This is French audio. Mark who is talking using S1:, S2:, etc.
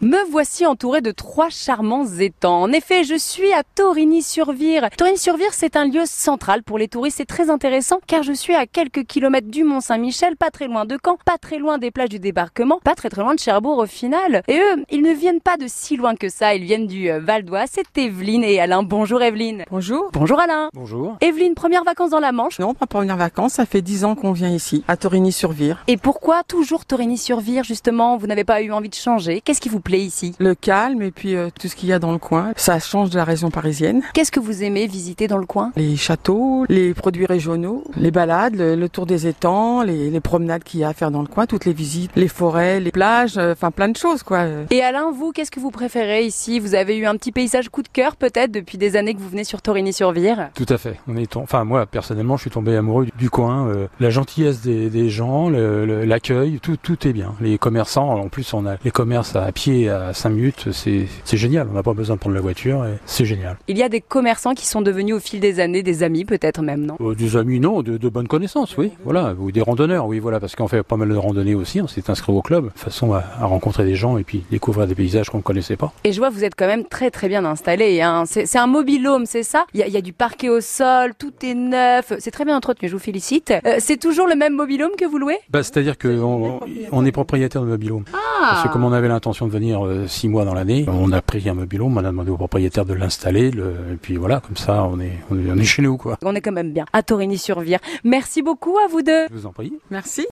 S1: Me voici entouré de trois charmants étangs. En effet, je suis à Torigny-sur-Vire. Torigny-sur-Vire, c'est un lieu central pour les touristes. C'est très intéressant car je suis à quelques kilomètres du Mont-Saint-Michel, pas très loin de Caen, pas très loin des plages du débarquement, pas très très loin de Cherbourg au final. Et eux, ils ne viennent pas de si loin que ça. Ils viennent du euh, Val d'Oise. C'est Evelyne et Alain. Bonjour Evelyne.
S2: Bonjour.
S1: Bonjour Alain.
S3: Bonjour.
S1: Evelyne, première vacances dans la Manche.
S2: Non, pas pour venir vacances, ça fait 10 ans qu'on vient ici, à Torigny-sur-Vire.
S1: Et pourquoi toujours Torigny-sur-Vire justement Vous n'avez pas eu envie de changer Qu'est-ce qui vous plaît ici
S2: Le calme et puis euh, tout ce qu'il y a dans le coin, ça change de la région parisienne.
S1: Qu'est-ce que vous aimez visiter dans le coin
S2: Les châteaux, les produits régionaux, les balades, le, le tour des étangs, les, les promenades qu'il y a à faire dans le coin, toutes les visites, les forêts, les plages, euh, enfin plein de choses quoi. Euh,
S1: Et Alain, vous, qu'est-ce que vous préférez ici Vous avez eu un petit paysage coup de cœur peut-être depuis des années que vous venez sur Torigny-sur-Vire
S3: Tout à fait. On est tom- enfin moi personnellement, je suis tombé amoureux du, du coin, euh, la gentillesse des, des gens, le- le- l'accueil, tout tout est bien. Les commerçants, en plus on a les commerces à pied à 5 minutes, c'est c'est génial. On n'a pas besoin de prendre la voiture, et c'est génial.
S1: Il y a des commerçants qui sont devenus au fil des années des amis peut-être même, non
S3: Euh, des amis non, de, de bonnes connaissances, oui. Voilà, ou des randonneurs, oui voilà, parce qu'on fait pas mal de randonnées aussi. On s'est inscrit au club, de façon à, à rencontrer des gens et puis découvrir des paysages qu'on ne connaissait pas.
S1: Et je vois que vous êtes quand même très très bien installé. hein. C'est c'est un mobilhome, c'est ça il y, a, il y a du parquet au sol, tout est neuf, c'est très bien entretenu, je vous félicite. Euh, c'est toujours le même mobilhome que vous louez
S3: Bah, c'est-à-dire que on, on est propriétaire de mobilhome. Parce que comme on avait l'intention de venir euh, six mois dans l'année, on a pris un mobilhome, on a demandé au propriétaire de l'installer, le- et puis voilà, comme ça, on est, on est, on est chez nous, quoi.
S1: On est quand même bien à Torigny-sur-Vire. Merci beaucoup à vous deux.
S3: Je vous en prie.
S2: Merci.